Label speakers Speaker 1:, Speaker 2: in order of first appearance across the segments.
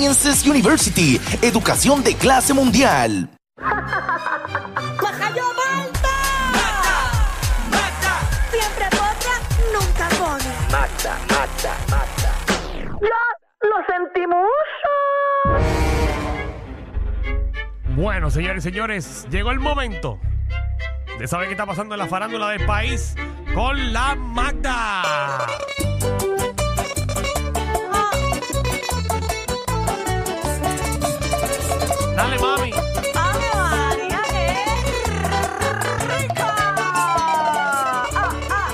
Speaker 1: Sciences University, educación de clase mundial.
Speaker 2: ¡Baja yo, Malta!
Speaker 3: Mata, mata,
Speaker 2: Siempre potra, nunca pone.
Speaker 3: mata, mata, mata.
Speaker 2: ¡Ya lo sentimos!
Speaker 4: Bueno, señores y señores, llegó el momento de saber qué está pasando en la farándula del país con la Magda.
Speaker 2: Ah,
Speaker 4: Dale, mami.
Speaker 2: ¡Ave ah, María, qué rico! ¡Ah, ah!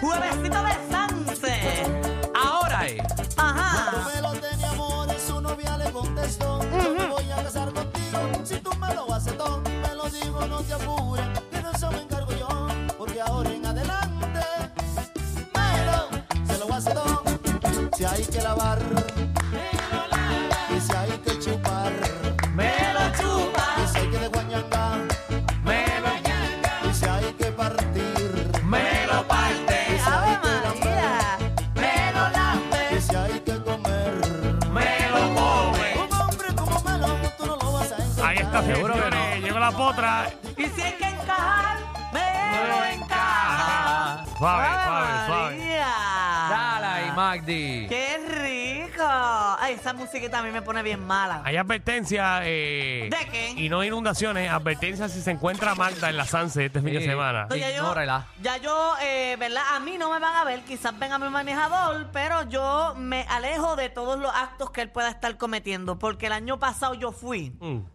Speaker 2: ¡Juevesito de Sanse!
Speaker 3: Ahora es.
Speaker 2: ¡Ajá!
Speaker 5: Me lo tenía amor y su novia le contestó Yo me voy a casar contigo si tú me lo haces todo Me lo dijo, no te apures, que no eso me encargo yo Porque ahora en adelante, me lo, se lo hace todo Si hay que lavar, y si hay que chupar
Speaker 3: Me lo chupa,
Speaker 5: Y si hay que desguañangar,
Speaker 3: me lo,
Speaker 5: y si hay que partir
Speaker 3: me lo parte,
Speaker 5: Y si hay
Speaker 2: ¡Ave
Speaker 5: que
Speaker 2: María!
Speaker 3: me lo
Speaker 5: lamer, y
Speaker 3: lame,
Speaker 5: si hay que comer
Speaker 3: me lo come.
Speaker 5: Un hombre como Melo, tú no lo vas a encontrar
Speaker 4: Ahí está, seguro que llegó la potra.
Speaker 2: Y si hay que encajar,
Speaker 3: Me lo
Speaker 2: me
Speaker 3: encaja.
Speaker 4: Suave, suave,
Speaker 2: ¡Ave
Speaker 4: suave.
Speaker 3: Dale ahí,
Speaker 2: María!
Speaker 3: Magdi.
Speaker 2: Ah. ¡Qué rico! Ay, esa musiquita a mí me pone bien mala.
Speaker 4: Hay advertencia eh,
Speaker 2: ¿De qué?
Speaker 4: y no inundaciones. Advertencia si se encuentra Magda en la Sanse este fin de
Speaker 3: Sí.
Speaker 4: semana.
Speaker 2: No, ya yo-
Speaker 3: Ignórala.
Speaker 2: Ya yo, eh, ¿verdad? A mí no me van a ver, quizás ven a mi manejador, pero yo me alejo de todos los actos que él pueda estar cometiendo, porque el año pasado yo fui. Hm.
Speaker 4: Mm.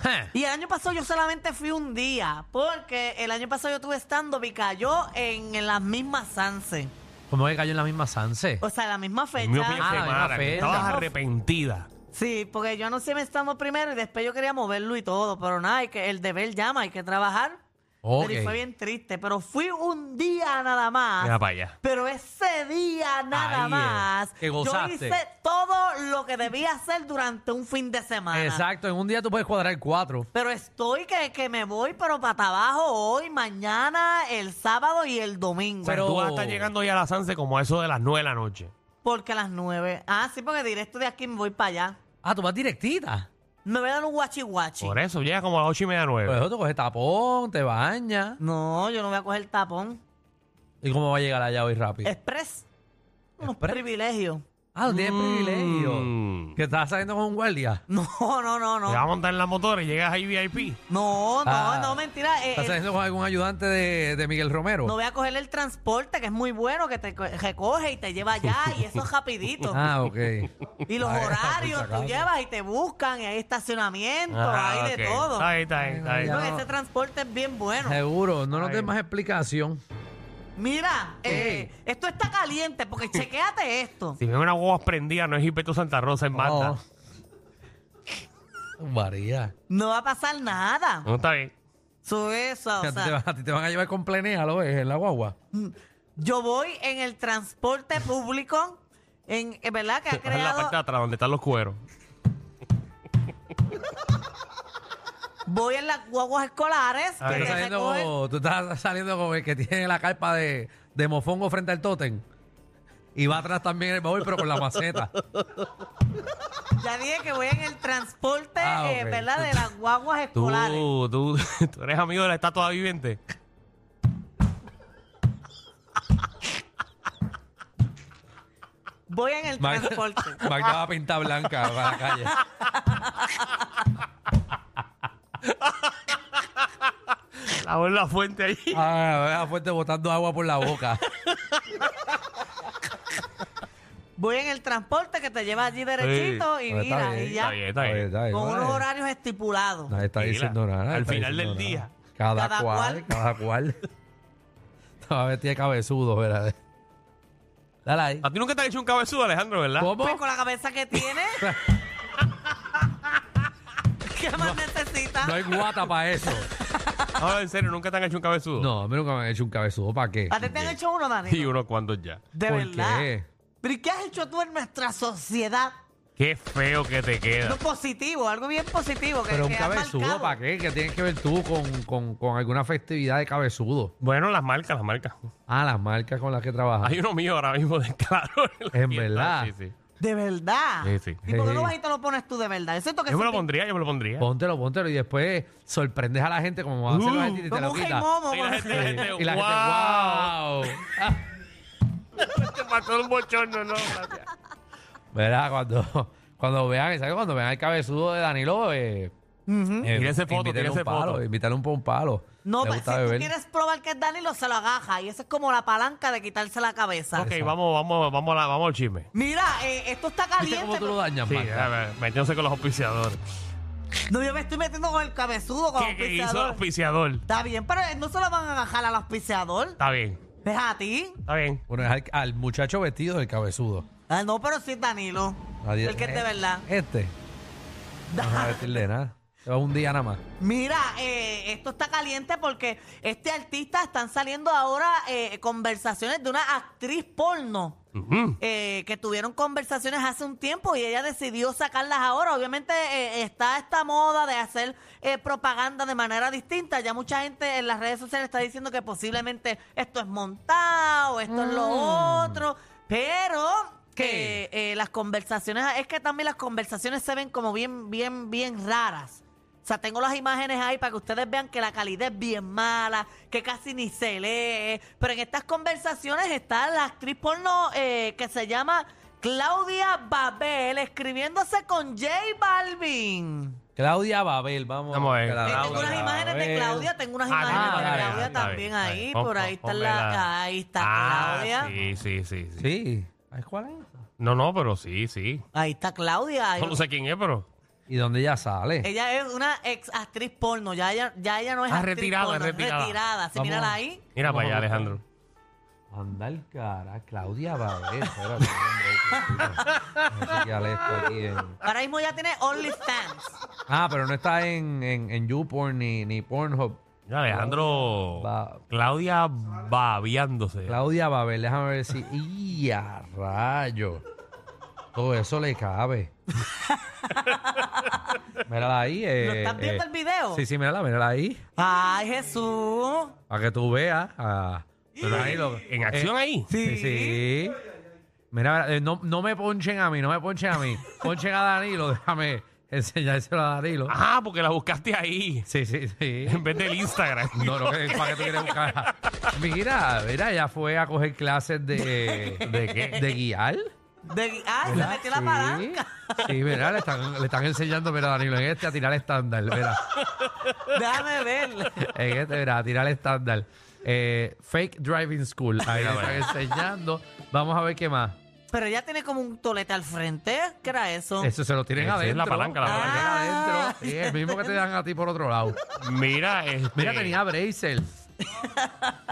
Speaker 3: Je.
Speaker 2: Y el año pasado yo solamente fui un día, porque el año pasado yo tuve estando y cayó en, en las mismas Sanse.
Speaker 3: ¿Cómo que cayó en la misma Sanse?
Speaker 2: O sea, en la misma
Speaker 4: El mío fin de
Speaker 3: Ah,
Speaker 2: fecha.
Speaker 3: la
Speaker 4: semana,
Speaker 3: misma
Speaker 4: que
Speaker 3: fecha.
Speaker 4: estabas arrepentida.
Speaker 2: Sí, porque yo anuncié mi estando primero y después yo quería moverlo y todo, pero nada, hay que, el deber llama, hay que trabajar.
Speaker 3: Ok.
Speaker 2: Pero y fue Oh, bien triste, pero fui un día nada
Speaker 3: Ah.
Speaker 2: más.
Speaker 4: Mira para allá.
Speaker 2: Pero ese día nada
Speaker 3: Ahí es,
Speaker 2: más,
Speaker 3: que
Speaker 2: yo
Speaker 3: gozaste.
Speaker 2: hice todo lo que debía hacer durante un fin de semana.
Speaker 3: Exacto, en un día tú puedes cuadrar cuatro.
Speaker 2: Pero estoy que, que me voy, pero para abajo hoy, mañana, el sábado y el domingo.
Speaker 4: O sea,
Speaker 3: Pero-
Speaker 4: tú vas a estar llegando ya a la Sanse como a eso de las 9 de la noche.
Speaker 2: Porque a las nueve. Ah, sí, porque directo de aquí me voy para allá.
Speaker 3: Ah, tú vas directita.
Speaker 2: Me voy a dar un guachi guachi.
Speaker 4: Por eso, llega como a las 8 y media, 9.
Speaker 3: Pero tú coges tapón, te bañas.
Speaker 2: No, yo no voy a coger tapón.
Speaker 3: ¿Y cómo va a llegar allá hoy rápido?
Speaker 2: Express. Unos
Speaker 3: Express.
Speaker 2: privilegios.
Speaker 3: Ah, tú
Speaker 2: Mm.
Speaker 3: tienes privilegio.
Speaker 4: Mm.
Speaker 3: Que estás saliendo con un guardia.
Speaker 2: No, no, no,
Speaker 4: Te vas a
Speaker 2: no.
Speaker 4: montar en la motora y llegas ahí VIP.
Speaker 2: No, no,
Speaker 3: Ah.
Speaker 2: no, mentira. Eh,
Speaker 3: Estás
Speaker 2: eh,
Speaker 3: saliendo con algún ayudante de, de Miguel Romero.
Speaker 2: No voy a coger el transporte, que es muy bueno, que te co- recoge y te lleva allá, y eso es rapidito.
Speaker 3: Ah, ok.
Speaker 2: y los
Speaker 3: Ah, por si
Speaker 2: horarios, tú
Speaker 3: acaso.
Speaker 2: llevas y te buscan, y hay estacionamiento,
Speaker 4: Ah,
Speaker 2: hay
Speaker 4: ok.
Speaker 2: de todo.
Speaker 4: Está ahí, está ahí, está ahí.
Speaker 3: Ay,
Speaker 2: Porque
Speaker 3: no.
Speaker 2: ese transporte es bien bueno.
Speaker 3: Seguro, no nos
Speaker 4: Ay.
Speaker 3: des más explicación.
Speaker 2: Mira, eh, esto está caliente, porque chequéate esto.
Speaker 4: Si ves una guagua prendida, no es Hipeto Santa Rosa, es Magda.
Speaker 3: Oh. María.
Speaker 2: No va a pasar nada.
Speaker 4: No está bien.
Speaker 2: Eso eso, o
Speaker 3: Que a, ti Oh. te
Speaker 2: sea,
Speaker 3: van, a ti te van a llevar con plenea, lo ves, en la guagua.
Speaker 2: yo voy en el transporte público, en, eh, ¿verdad? Que ha
Speaker 4: Es en la parte de
Speaker 2: creado,
Speaker 4: atrás donde están los cueros.
Speaker 2: voy en las guaguas escolares,
Speaker 4: Ah,
Speaker 2: que
Speaker 4: Ay.
Speaker 3: Tú estás,
Speaker 2: te
Speaker 3: saliendo
Speaker 2: recogen-
Speaker 3: con, tú estás saliendo con el que tiene la carpa de, de mofongo frente al tótem. Y va atrás también el baúl, pero con la maceta.
Speaker 2: Ya dije que voy en el transporte,
Speaker 3: Ah,
Speaker 2: eh,
Speaker 3: ok.
Speaker 2: ¿verdad? De las guaguas
Speaker 4: Tú,
Speaker 2: escolares.
Speaker 4: tú, tú eres amigo de la estatua viviente.
Speaker 2: Voy en el
Speaker 3: Magda,
Speaker 2: transporte.
Speaker 3: Magda va a pintar blanca para la calle.
Speaker 4: La voz en la fuente allí.
Speaker 3: Ah, vea fuerte botando agua por la boca.
Speaker 2: Voy en el transporte que te lleva allí derechito y
Speaker 3: Pues Está
Speaker 2: mira,
Speaker 3: bien,
Speaker 2: y
Speaker 4: Está
Speaker 2: ya.
Speaker 4: bien, está bien.
Speaker 2: Con unos horarios estipulados.
Speaker 3: Nadie está
Speaker 4: Mira,
Speaker 3: diciendo nada. nadie
Speaker 4: al
Speaker 3: está
Speaker 4: final
Speaker 3: diciendo
Speaker 4: del
Speaker 3: nada.
Speaker 4: día.
Speaker 3: Cada,
Speaker 2: Cada
Speaker 3: cual,
Speaker 2: cual.
Speaker 3: cada cual. Estaba vestida de cabezudo, ¿verdad? Dale ahí.
Speaker 4: A ti nunca te han hecho un cabezudo, Alejandro, ¿verdad?
Speaker 3: ¿Cómo?
Speaker 2: Pues con la cabeza que tiene. ¿Qué más necesita?
Speaker 3: No hay guata para eso.
Speaker 4: Ahora, en serio, nunca te han hecho un cabezudo.
Speaker 3: No, a mí nunca me han hecho un cabezudo. ¿Para qué?
Speaker 2: ¿A ti te han hecho uno, Dani?
Speaker 4: Y uno cuando ya.
Speaker 2: De
Speaker 3: ¿Por
Speaker 2: verdad.
Speaker 3: qué?
Speaker 2: ¿Pero y qué has hecho tú en nuestra sociedad?
Speaker 4: Qué feo que te queda.
Speaker 2: Algo positivo, algo bien positivo. Que,
Speaker 3: Pero un
Speaker 2: que has
Speaker 3: cabezudo,
Speaker 2: marcado.
Speaker 3: ¿para qué? ¿Qué tienes que ver tú con, con- con alguna festividad de cabezudo?
Speaker 4: Bueno, las marcas, las marcas.
Speaker 3: Ah, las marcas con las que trabajas.
Speaker 4: Hay uno mío ahora mismo de claro. la
Speaker 3: En
Speaker 4: fiesta.
Speaker 3: verdad.
Speaker 4: Sí, sí.
Speaker 2: De verdad.
Speaker 4: Sí, sí.
Speaker 2: ¿Y por qué no
Speaker 3: Sí.
Speaker 2: vas y te lo pones tú de verdad? Es cierto que
Speaker 4: Yo me lo
Speaker 2: sí,
Speaker 4: pondría, yo me lo pondría.
Speaker 3: Póntelo, póntelo y después sorprendes a la gente como va a hacer
Speaker 4: Uh,
Speaker 3: la gente y te
Speaker 2: Como
Speaker 3: lo
Speaker 2: un
Speaker 3: quita. Eh,
Speaker 2: jaimomo.
Speaker 4: Y la gente, la gente,
Speaker 3: Y la gente,
Speaker 4: wow.
Speaker 3: wow.
Speaker 4: Te pasó un bochorno, no, gracias.
Speaker 3: Verá, cuando, cuando vean, ¿sabes? Cuando vean el cabezudo de Danilo, eh, eh,
Speaker 4: Tírese foto,
Speaker 3: invítenle
Speaker 4: tírese
Speaker 3: un palo,
Speaker 4: foto.
Speaker 3: Invítale un, pa- un palo.
Speaker 2: No,
Speaker 3: Le
Speaker 2: pero si
Speaker 3: gusta
Speaker 2: tú
Speaker 3: beber.
Speaker 2: quieres probar que es Danilo, se lo agaja. Y esa es como la palanca de quitarse la cabeza.
Speaker 4: Ok, vamos, vamos, vamos, a la- vamos al chisme.
Speaker 2: Mira, eh, esto está
Speaker 3: ¿Viste
Speaker 2: caliente.
Speaker 3: cómo tú lo dañas,
Speaker 4: Sí,
Speaker 3: Magda?
Speaker 4: a ver, metiéndose con los auspiciadores.
Speaker 2: No, yo me estoy metiendo con el cabezudo, con
Speaker 4: ¿Qué,
Speaker 2: el
Speaker 4: qué hizo el
Speaker 2: auspiciador.
Speaker 4: auspiciador?
Speaker 2: Está bien, pero eh, no se lo van a agajar al auspiciador.
Speaker 4: Está bien,
Speaker 2: Es a ti.
Speaker 4: está bien.
Speaker 3: Bueno, es al, al muchacho vestido del cabezudo.
Speaker 2: Ah, no, pero sí es Danilo.
Speaker 3: Nadie-
Speaker 2: el que es de verdad.
Speaker 3: Este. No vas a vestirle nada. Te vas un día nada más.
Speaker 2: Mira, eh, esto está caliente porque este artista están saliendo ahora eh, conversaciones de una actriz porno.
Speaker 4: Ujú.
Speaker 2: eh, que tuvieron conversaciones hace un tiempo y ella decidió sacarlas ahora. Obviamente eh, está esta moda de hacer eh, propaganda de manera distinta. Ya mucha gente en las redes sociales está diciendo que posiblemente esto es montado, esto es lo otro, pero que eh, las conversaciones, es que también las conversaciones se ven como bien, bien, bien raras. O sea, tengo las imágenes ahí para que ustedes vean que la calidad es bien mala, que casi ni se lee. Pero en estas conversaciones está la actriz porno eh, que se llama Claudia Babel, escribiéndose con J Balvin.
Speaker 3: Claudia Babel, vamos.
Speaker 4: Vamos a ver.
Speaker 2: Eh,
Speaker 3: Claudia
Speaker 2: tengo unas imágenes de
Speaker 3: Babel.
Speaker 2: Claudia, tengo unas
Speaker 4: Ah,
Speaker 2: imágenes
Speaker 3: dale,
Speaker 2: de
Speaker 3: dale,
Speaker 2: Claudia
Speaker 3: dale,
Speaker 2: también
Speaker 4: dale.
Speaker 2: ahí.
Speaker 4: Pon-
Speaker 2: Por ahí
Speaker 4: pon-
Speaker 2: está la,
Speaker 4: ponmela.
Speaker 2: ahí está
Speaker 4: Ah,
Speaker 2: Claudia.
Speaker 4: Sí, sí, sí, sí.
Speaker 3: Sí. Ay, ¿Cuál es?
Speaker 4: No, no, pero sí, sí.
Speaker 2: Ahí está Claudia. ahí-
Speaker 4: No sé quién es, pero.
Speaker 3: ¿Y dónde ella sale?
Speaker 2: Ella es una ex actriz porno, ya ella, ya ella no es
Speaker 4: Ah,
Speaker 2: actriz
Speaker 4: retirada,
Speaker 2: porno, es
Speaker 4: retirada.
Speaker 2: retirada. Sí,
Speaker 3: Vamos.
Speaker 2: mírala ahí.
Speaker 4: Mira
Speaker 3: Vamos
Speaker 4: para allá,
Speaker 3: a ver.
Speaker 4: Alejandro.
Speaker 3: Anda el cara, Claudia Babel. Espérate, hombre, qué puta. Chequeale esto aquí en-
Speaker 2: Ahora mismo ya tiene OnlyFans.
Speaker 3: Ah, pero no está en, en, en YouPorn ni, ni Pornhub.
Speaker 4: Mira, Alejandro.
Speaker 3: Ba-
Speaker 4: Claudia babiándose.
Speaker 3: Claudia Babel, déjame ver si. ¡Y a rayo! Todo eso le cabe. mírala ahí. Eh,
Speaker 2: ¿Lo estás viendo
Speaker 3: eh.
Speaker 2: el video?
Speaker 3: Sí, sí, mírala, mírala ahí.
Speaker 2: Ay, Jesús.
Speaker 3: Para que tú veas. ah,
Speaker 4: Pero ahí lo- en acción
Speaker 3: Eh.
Speaker 4: ahí.
Speaker 3: Sí, sí. Mira, mira, eh, no, no me ponchen a mí, no me ponchen a mí. Ponchen a Danilo, déjame enseñárselo a Danilo.
Speaker 4: Ajá, Ah, porque la buscaste ahí.
Speaker 3: Sí, sí, sí.
Speaker 4: En vez del Instagram.
Speaker 3: No, no, que- ¿para qué tú quieres buscar? Mira, mira, ella fue a coger clases de...
Speaker 4: ¿De qué?
Speaker 3: ¿De guiar?
Speaker 2: De- ay, se
Speaker 3: ¿verdad?
Speaker 2: metió la palanca.
Speaker 3: Sí, mira, le están, le están enseñando, mira, Danilo, en este a tirar estándar, mira.
Speaker 2: Déjame ver.
Speaker 3: En este, mira, a tirar estándar. Eh, fake Driving School, ahí le están enseñando. Vamos a ver qué más.
Speaker 2: Pero ella tiene como un tolete al frente. ¿Qué era eso?
Speaker 3: Eso se lo tienen
Speaker 4: Esa es
Speaker 3: adentro.
Speaker 4: la palanca, la
Speaker 3: Se lo tienen
Speaker 2: palanca.
Speaker 3: adentro. Sí, el mismo que te dan a ti por otro lado.
Speaker 4: Mira, este,
Speaker 3: Mira, tenía braces.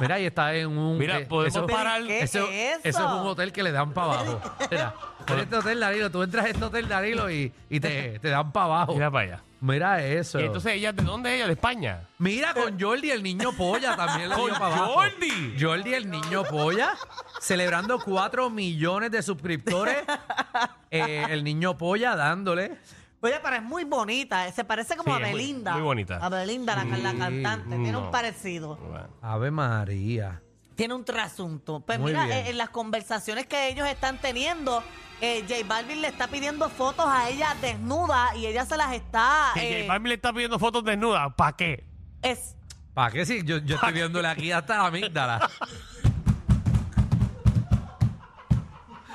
Speaker 3: Mira, ahí está en un...
Speaker 4: Mira,
Speaker 3: eh,
Speaker 4: podemos
Speaker 3: eso-
Speaker 4: parar.
Speaker 2: ¿Qué
Speaker 3: Eso,
Speaker 2: es
Speaker 3: eso
Speaker 2: eso?
Speaker 3: es un hotel que le dan para abajo. Mira, en este hotel Danilo, tú entras a este hotel Danilo y, y te, te dan para abajo.
Speaker 4: Mira
Speaker 3: Mira,
Speaker 4: para allá.
Speaker 3: eso.
Speaker 4: Y entonces ella, ¿de dónde es ella? ¿De España?
Speaker 3: Mira con Jordi el niño polla también. lo
Speaker 4: ¡Con
Speaker 3: dio para abajo.
Speaker 4: Jordi!
Speaker 3: Jordi el niño polla celebrando 4 millones de suscriptores. Eh, el niño polla dándole.
Speaker 2: Oye, pero es muy bonita. Se parece como
Speaker 4: Sí,
Speaker 2: a
Speaker 4: es muy-
Speaker 2: Belinda.
Speaker 4: muy bonita.
Speaker 2: A Belinda, la, la
Speaker 3: Sí,
Speaker 2: cantante. Tiene
Speaker 4: no.
Speaker 2: un parecido.
Speaker 4: Bueno.
Speaker 3: Ave María.
Speaker 2: Tiene un trasunto. Pues
Speaker 3: Muy
Speaker 2: mira,
Speaker 3: bien.
Speaker 2: eh, en las conversaciones que ellos están teniendo, eh, J Balvin le está pidiendo fotos a ella desnuda y ella se las está... eh,
Speaker 4: Que J Balvin le está pidiendo fotos desnudas. ¿Para qué?
Speaker 2: es,
Speaker 3: ¿Para qué sí? Yo, yo estoy viéndole aquí hasta la amígdala.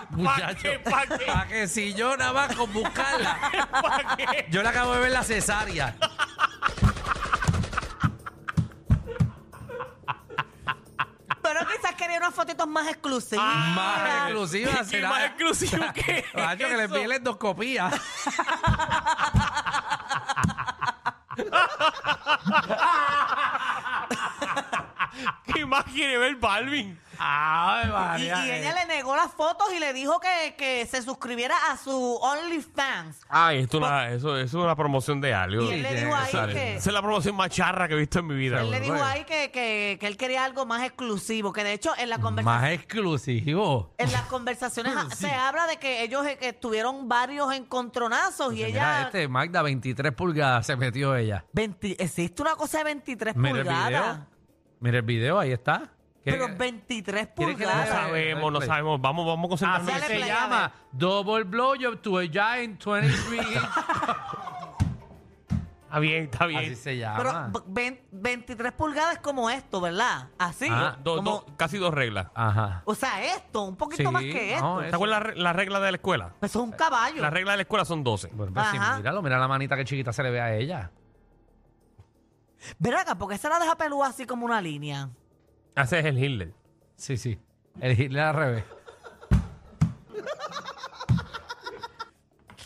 Speaker 4: ¿Para
Speaker 3: Muchacho,
Speaker 4: qué? ¿Para qué?
Speaker 3: pa' que si yo nada más con buscarla,
Speaker 4: ¿Para qué?
Speaker 3: yo le acabo de ver la cesárea.
Speaker 2: Pero quizás quería unas fotitos más exclusivas.
Speaker 3: Más exclusiva
Speaker 4: ¿Qué
Speaker 3: será.
Speaker 4: más exclusivo que
Speaker 3: Macho, que le
Speaker 4: eso?
Speaker 3: envíe la endoscopía.
Speaker 4: ¿Qué más quiere ver Balvin?
Speaker 3: Ave
Speaker 2: Y,
Speaker 3: María. eh.
Speaker 2: y ella le negó las fotos y le dijo que, que se suscribiera a su OnlyFans.
Speaker 4: Ay, esto, una- eso, eso es una promoción de algo.
Speaker 2: Y él le
Speaker 3: tiene
Speaker 2: dijo
Speaker 3: que
Speaker 2: ahí
Speaker 3: salir.
Speaker 2: que...
Speaker 4: Esa es la promoción más charra que he visto en mi vida.
Speaker 2: Él le dijo
Speaker 3: Bueno.
Speaker 2: ahí que, que- que él quería algo más exclusivo, que de hecho en la conversación...
Speaker 3: Más exclusivo.
Speaker 2: En las conversaciones
Speaker 3: Sí.
Speaker 2: se habla de que ellos eh, que tuvieron varios encontronazos y
Speaker 3: Mira,
Speaker 2: ella...
Speaker 3: este Magda, 23 pulgadas se metió ella.
Speaker 2: 20 existe una cosa de 23
Speaker 3: Mira el
Speaker 2: pulgadas.
Speaker 3: video. Mira el video, ahí está.
Speaker 2: Pero
Speaker 3: ¿Quieres que-
Speaker 2: 23
Speaker 3: ¿Quieres que la
Speaker 4: No
Speaker 3: dé?
Speaker 2: pulgadas.
Speaker 4: sabemos, no
Speaker 3: Play.
Speaker 4: sabemos. Vamos, vamos a
Speaker 3: Así
Speaker 4: concentrarnos.
Speaker 2: Dale
Speaker 3: se
Speaker 2: play,
Speaker 3: llama
Speaker 2: dale.
Speaker 3: Double Blowjob to a Giant 23 inch.
Speaker 4: Está bien, está
Speaker 3: Así
Speaker 4: bien.
Speaker 3: se
Speaker 2: Pero
Speaker 3: llama.
Speaker 2: ve- ve- 23 pulgadas es como esto, ¿verdad? Así.
Speaker 3: Ah,
Speaker 4: Dos-
Speaker 2: como-
Speaker 4: dos- casi dos reglas.
Speaker 3: Ajá.
Speaker 2: o sea, esto, un poquito
Speaker 3: Sí,
Speaker 2: más que esto.
Speaker 3: no,
Speaker 4: ¿Te
Speaker 3: Eso.
Speaker 4: acuerdas la, re- la regla de la escuela?
Speaker 2: Eso es un caballo.
Speaker 4: La regla de la escuela son 12.
Speaker 3: Bueno, pues sí,
Speaker 2: Ajá.
Speaker 3: míralo, mira la manita que chiquita se le ve a ella.
Speaker 2: Ven acá, porque se la deja pelúa así como una línea.
Speaker 4: Ese es el Hitler.
Speaker 3: Sí, sí. El Hitler al revés.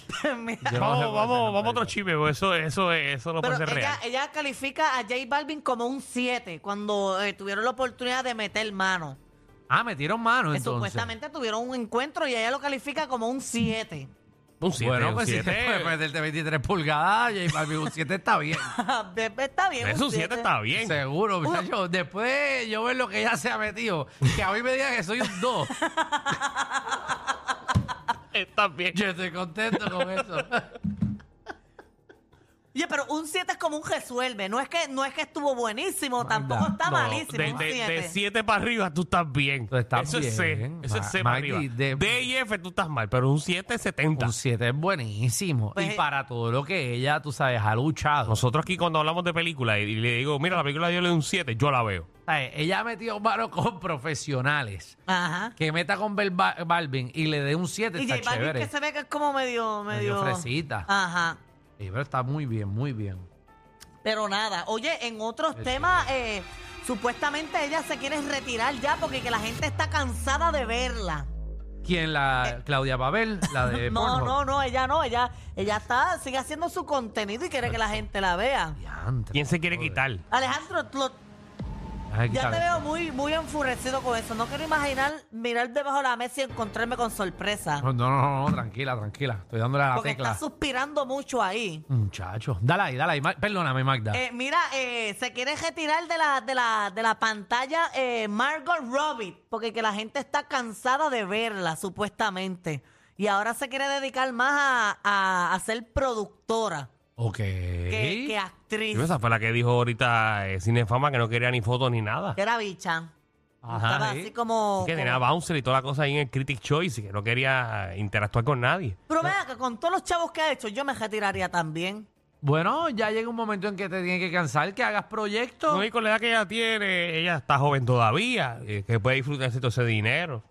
Speaker 2: Pues Mira,
Speaker 4: vamos,
Speaker 3: Yo no sé por qué
Speaker 4: vamos,
Speaker 3: no
Speaker 4: vamos a otro
Speaker 3: puede ser.
Speaker 4: chisme, porque eso, eso, eso no
Speaker 2: Pero
Speaker 4: puede ser real.
Speaker 2: ella, ella califica a J Balvin como un 7 cuando eh, tuvieron la oportunidad de meter mano.
Speaker 3: Ah, metieron mano
Speaker 2: Que
Speaker 3: entonces.
Speaker 2: supuestamente tuvieron un encuentro y ella lo califica como un 7.
Speaker 4: Un 7.
Speaker 3: bueno, pues si
Speaker 4: un
Speaker 3: te puedes
Speaker 4: 7.
Speaker 3: meterte 23 pulgadas, J Balvin, un 7 está bien.
Speaker 2: está bien.
Speaker 4: Es un 7 está bien.
Speaker 3: Seguro, muchachos. Después de yo ver lo que ella se ha metido, que a mí me digan que soy un 2,
Speaker 4: Está bien.
Speaker 3: yo estoy contento con eso.
Speaker 2: Oye, pero un 7 es como un resuelve. No es que, no es que estuvo buenísimo, tampoco
Speaker 3: Manda.
Speaker 2: está
Speaker 4: No,
Speaker 2: malísimo.
Speaker 4: de-
Speaker 2: un
Speaker 4: de-
Speaker 2: siete.
Speaker 4: De 7 para arriba tú estás bien.
Speaker 3: Tú estás
Speaker 4: eso es C.
Speaker 3: Pues bien.
Speaker 4: Eso es
Speaker 3: Ma-
Speaker 4: C para
Speaker 3: Magdi,
Speaker 4: arriba.
Speaker 3: de-
Speaker 4: D y F tú estás mal, pero un 7 es 70.
Speaker 3: Un 7 es buenísimo.
Speaker 2: Pues-
Speaker 3: y para todo lo que ella, tú sabes, ha luchado.
Speaker 4: Nosotros aquí cuando hablamos de películas y, y le digo, mira, la película yo le doy un 7, yo la veo.
Speaker 3: ¿sabes? Ella ha metido mano con profesionales.
Speaker 2: Ajá.
Speaker 3: Que meta con Bel Ba- Balvin y le dé un 7,
Speaker 2: Y
Speaker 3: está
Speaker 2: J Balvin
Speaker 3: chévere.
Speaker 2: que se Ah. ve que es como medio...
Speaker 3: Medio
Speaker 2: Medio,
Speaker 3: fresita.
Speaker 2: Ajá.
Speaker 3: Sí, pero está muy bien, muy bien.
Speaker 2: Pero nada, oye, en otros temas, eh, supuestamente ella se quiere retirar ya porque que la gente está cansada de verla.
Speaker 3: ¿Quién? La Claudia Babel, la de
Speaker 2: No,
Speaker 3: Pornhub.
Speaker 2: no, no, ella no, ella, ella está, sigue haciendo su contenido y quiere que la gente la vea.
Speaker 3: Diantre,
Speaker 4: ¿Quién se quiere
Speaker 3: joder.
Speaker 4: quitar?
Speaker 2: Alejandro, lo-
Speaker 3: Ay,
Speaker 2: ya te
Speaker 3: quítale.
Speaker 2: veo muy, muy enfurecido con eso. No quiero imaginar mirar debajo de la mesa y encontrarme con sorpresa.
Speaker 3: No, no, no, no, tranquila, tranquila. Estoy dándole a la
Speaker 2: Porque
Speaker 3: tecla.
Speaker 2: está suspirando mucho ahí.
Speaker 3: Muchachos. Dale ahí, dale ahí. Ma- Perdóname, Magda.
Speaker 2: Eh, mira, eh, se quiere retirar de la, de la, de la pantalla eh, Margot Robbie, porque que la gente está cansada de verla, supuestamente. Y ahora se quiere dedicar más a, a- a ser productora
Speaker 3: ok.
Speaker 2: que,
Speaker 4: ¿Eh?
Speaker 2: que
Speaker 4: Y
Speaker 2: actriz.
Speaker 4: pues, Esa fue la que dijo ahorita eh, Cinefama que no quería ni fotos ni nada.
Speaker 2: Que era bicha.
Speaker 3: Ajá,
Speaker 2: Estaba
Speaker 3: sí.
Speaker 2: así como...
Speaker 4: Que
Speaker 2: como-
Speaker 4: tenía bouncer ¿Eh? y toda la cosa ahí en el Critic Choice y que no quería eh, interactuar con nadie.
Speaker 2: Pero vea que con todos los chavos que ha hecho, yo me retiraría también.
Speaker 3: Bueno, ya llega un momento en que te tienes que cansar, que hagas proyectos.
Speaker 4: No, y con la edad que ella tiene, ella está joven todavía, eh, que puede disfrutarse todo ese dinero.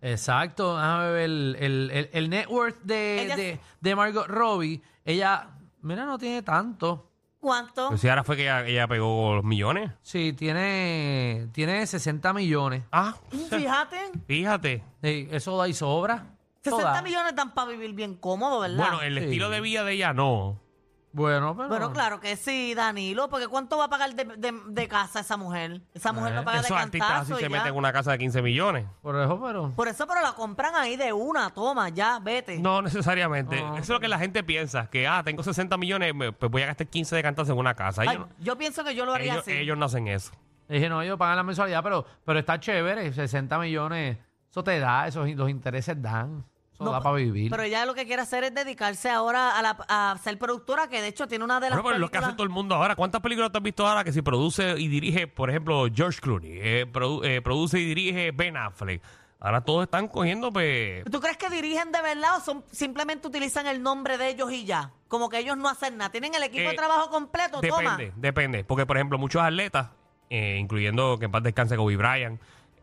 Speaker 3: Exacto, déjame ver el, el, el- el net worth de,
Speaker 2: Ella-
Speaker 3: de, de Margot Robbie. Ella, mira, no tiene tanto.
Speaker 2: ¿Cuánto?
Speaker 4: Pero Pues si ahora fue que ella, ella pegó los millones.
Speaker 3: Sí, tiene, tiene 60 millones.
Speaker 4: Ah,
Speaker 2: Fíjate,
Speaker 4: fíjate.
Speaker 3: Sí, eso da y sobra. Eso
Speaker 2: 60
Speaker 3: da.
Speaker 2: millones dan para vivir bien cómodo, ¿verdad?
Speaker 4: Bueno, el
Speaker 3: Sí.
Speaker 4: estilo de vida de ella no.
Speaker 3: Bueno, pero.
Speaker 2: Bueno, claro que sí, Danilo, porque ¿cuánto va a pagar de, de- de casa esa mujer? Esa mujer
Speaker 3: Eh,
Speaker 2: no paga de
Speaker 4: Esos artistas así
Speaker 2: cantazo y
Speaker 4: se
Speaker 2: ya.
Speaker 4: meten en una casa de 15 millones.
Speaker 3: Por eso, pero.
Speaker 2: Por eso, pero la compran ahí de una, toma, ya, vete.
Speaker 4: No necesariamente.
Speaker 3: No.
Speaker 4: Eso es lo que la gente piensa, que ah, tengo 60 millones, me- pues voy a gastar 15 de cantazo en una casa.
Speaker 2: Ay,
Speaker 4: Ellos,
Speaker 2: yo pienso que yo lo haría
Speaker 4: ellos-
Speaker 2: así.
Speaker 4: ellos no hacen eso.
Speaker 3: Dije, no, ellos pagan la mensualidad, pero, pero está chévere. 60 millones. Eso te da, esos, los intereses dan. Eso
Speaker 2: No,
Speaker 3: da para vivir.
Speaker 2: Pero ella lo que quiere hacer es dedicarse ahora a, la- a ser productora, que de hecho tiene una de las
Speaker 4: Bueno, pero es lo que hace todo
Speaker 2: películas-
Speaker 4: el mundo ahora. ¿Cuántas películas te has visto ahora que si produce y dirige, por ejemplo, George Clooney? eh, produ- eh, produce y dirige Ben Affleck. Ahora todos están cogiendo, pues...
Speaker 2: ¿Tú crees que dirigen de verdad o son, simplemente utilizan el nombre de ellos y ya? Como que ellos no hacen nada. Tienen el equipo de
Speaker 4: Eh,
Speaker 2: trabajo completo, toma.
Speaker 4: Depende, depende. Porque, por ejemplo, muchos atletas, eh, incluyendo que en paz descanse Kobe Bryant,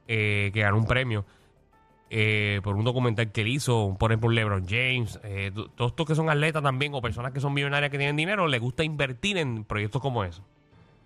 Speaker 4: eh, que ganó un premio eh, por un documental que él hizo, por ejemplo, LeBron James, eh, to- todos estos que son atletas también o personas que son millonarias que tienen dinero, les gusta invertir en proyectos como eso.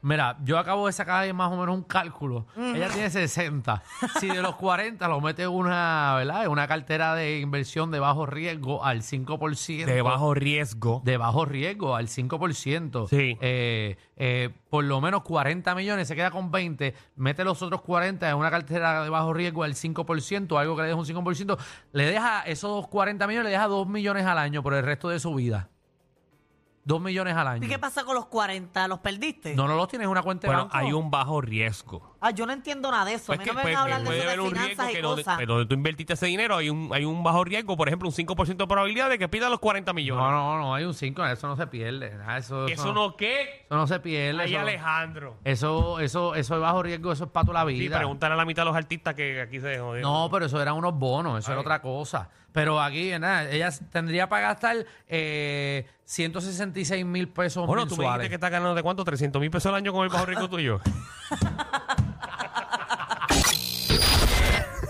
Speaker 3: Mira, yo acabo de sacar más o menos un cálculo. Ella tiene 60. Si de los 40 lo mete en una, ¿verdad? En una cartera de inversión de bajo riesgo al 5%.
Speaker 4: De bajo riesgo.
Speaker 3: de bajo riesgo al 5%.
Speaker 4: Sí.
Speaker 3: Eh, eh, por lo menos 40 millones, se queda con 20, mete los otros 40 en una cartera de bajo riesgo al 5%, algo que le deja un 5%, le deja esos 40 millones, le deja 2 millones al año por el resto de su vida. Dos millones al año.
Speaker 2: ¿Y qué pasa con los 40? ¿Los perdiste?
Speaker 3: No, no los tienes en una cuenta de
Speaker 4: Bueno,
Speaker 3: banco.
Speaker 4: hay un bajo riesgo.
Speaker 2: Ah, yo no entiendo nada de eso.
Speaker 4: Pues
Speaker 2: a mí
Speaker 4: que,
Speaker 2: no me
Speaker 4: pues,
Speaker 2: vengan a hablar de
Speaker 4: puede
Speaker 2: eso
Speaker 4: haber
Speaker 2: de
Speaker 4: un riesgo
Speaker 2: finanzas
Speaker 4: que
Speaker 2: y
Speaker 4: donde,
Speaker 2: cosas.
Speaker 4: pero donde tú invertiste ese dinero hay un, hay un bajo riesgo, por ejemplo, un 5% de probabilidad de que pierdas los 40 millones.
Speaker 3: No, no, no, hay un 5, eso no se pierde. nada, eso,
Speaker 4: ¿Eso no qué?
Speaker 3: eso no se pierde.
Speaker 4: Ay,
Speaker 3: eso-
Speaker 4: Alejandro.
Speaker 3: Eso, eso, eso es bajo riesgo, eso es para toda la
Speaker 4: Sí,
Speaker 3: vida.
Speaker 4: preguntan a la mitad de los artistas que aquí se jodieron.
Speaker 3: No, pero eso eran unos bonos, eso era
Speaker 4: Ay.
Speaker 3: otra cosa. Pero aquí, nada, ella tendría para gastar eh, 166 mil pesos
Speaker 4: Bueno, tú me dijiste
Speaker 3: mensuales.
Speaker 4: que estás ganando de cuánto, 300 mil pesos al año con el bajo riesgo tuyo.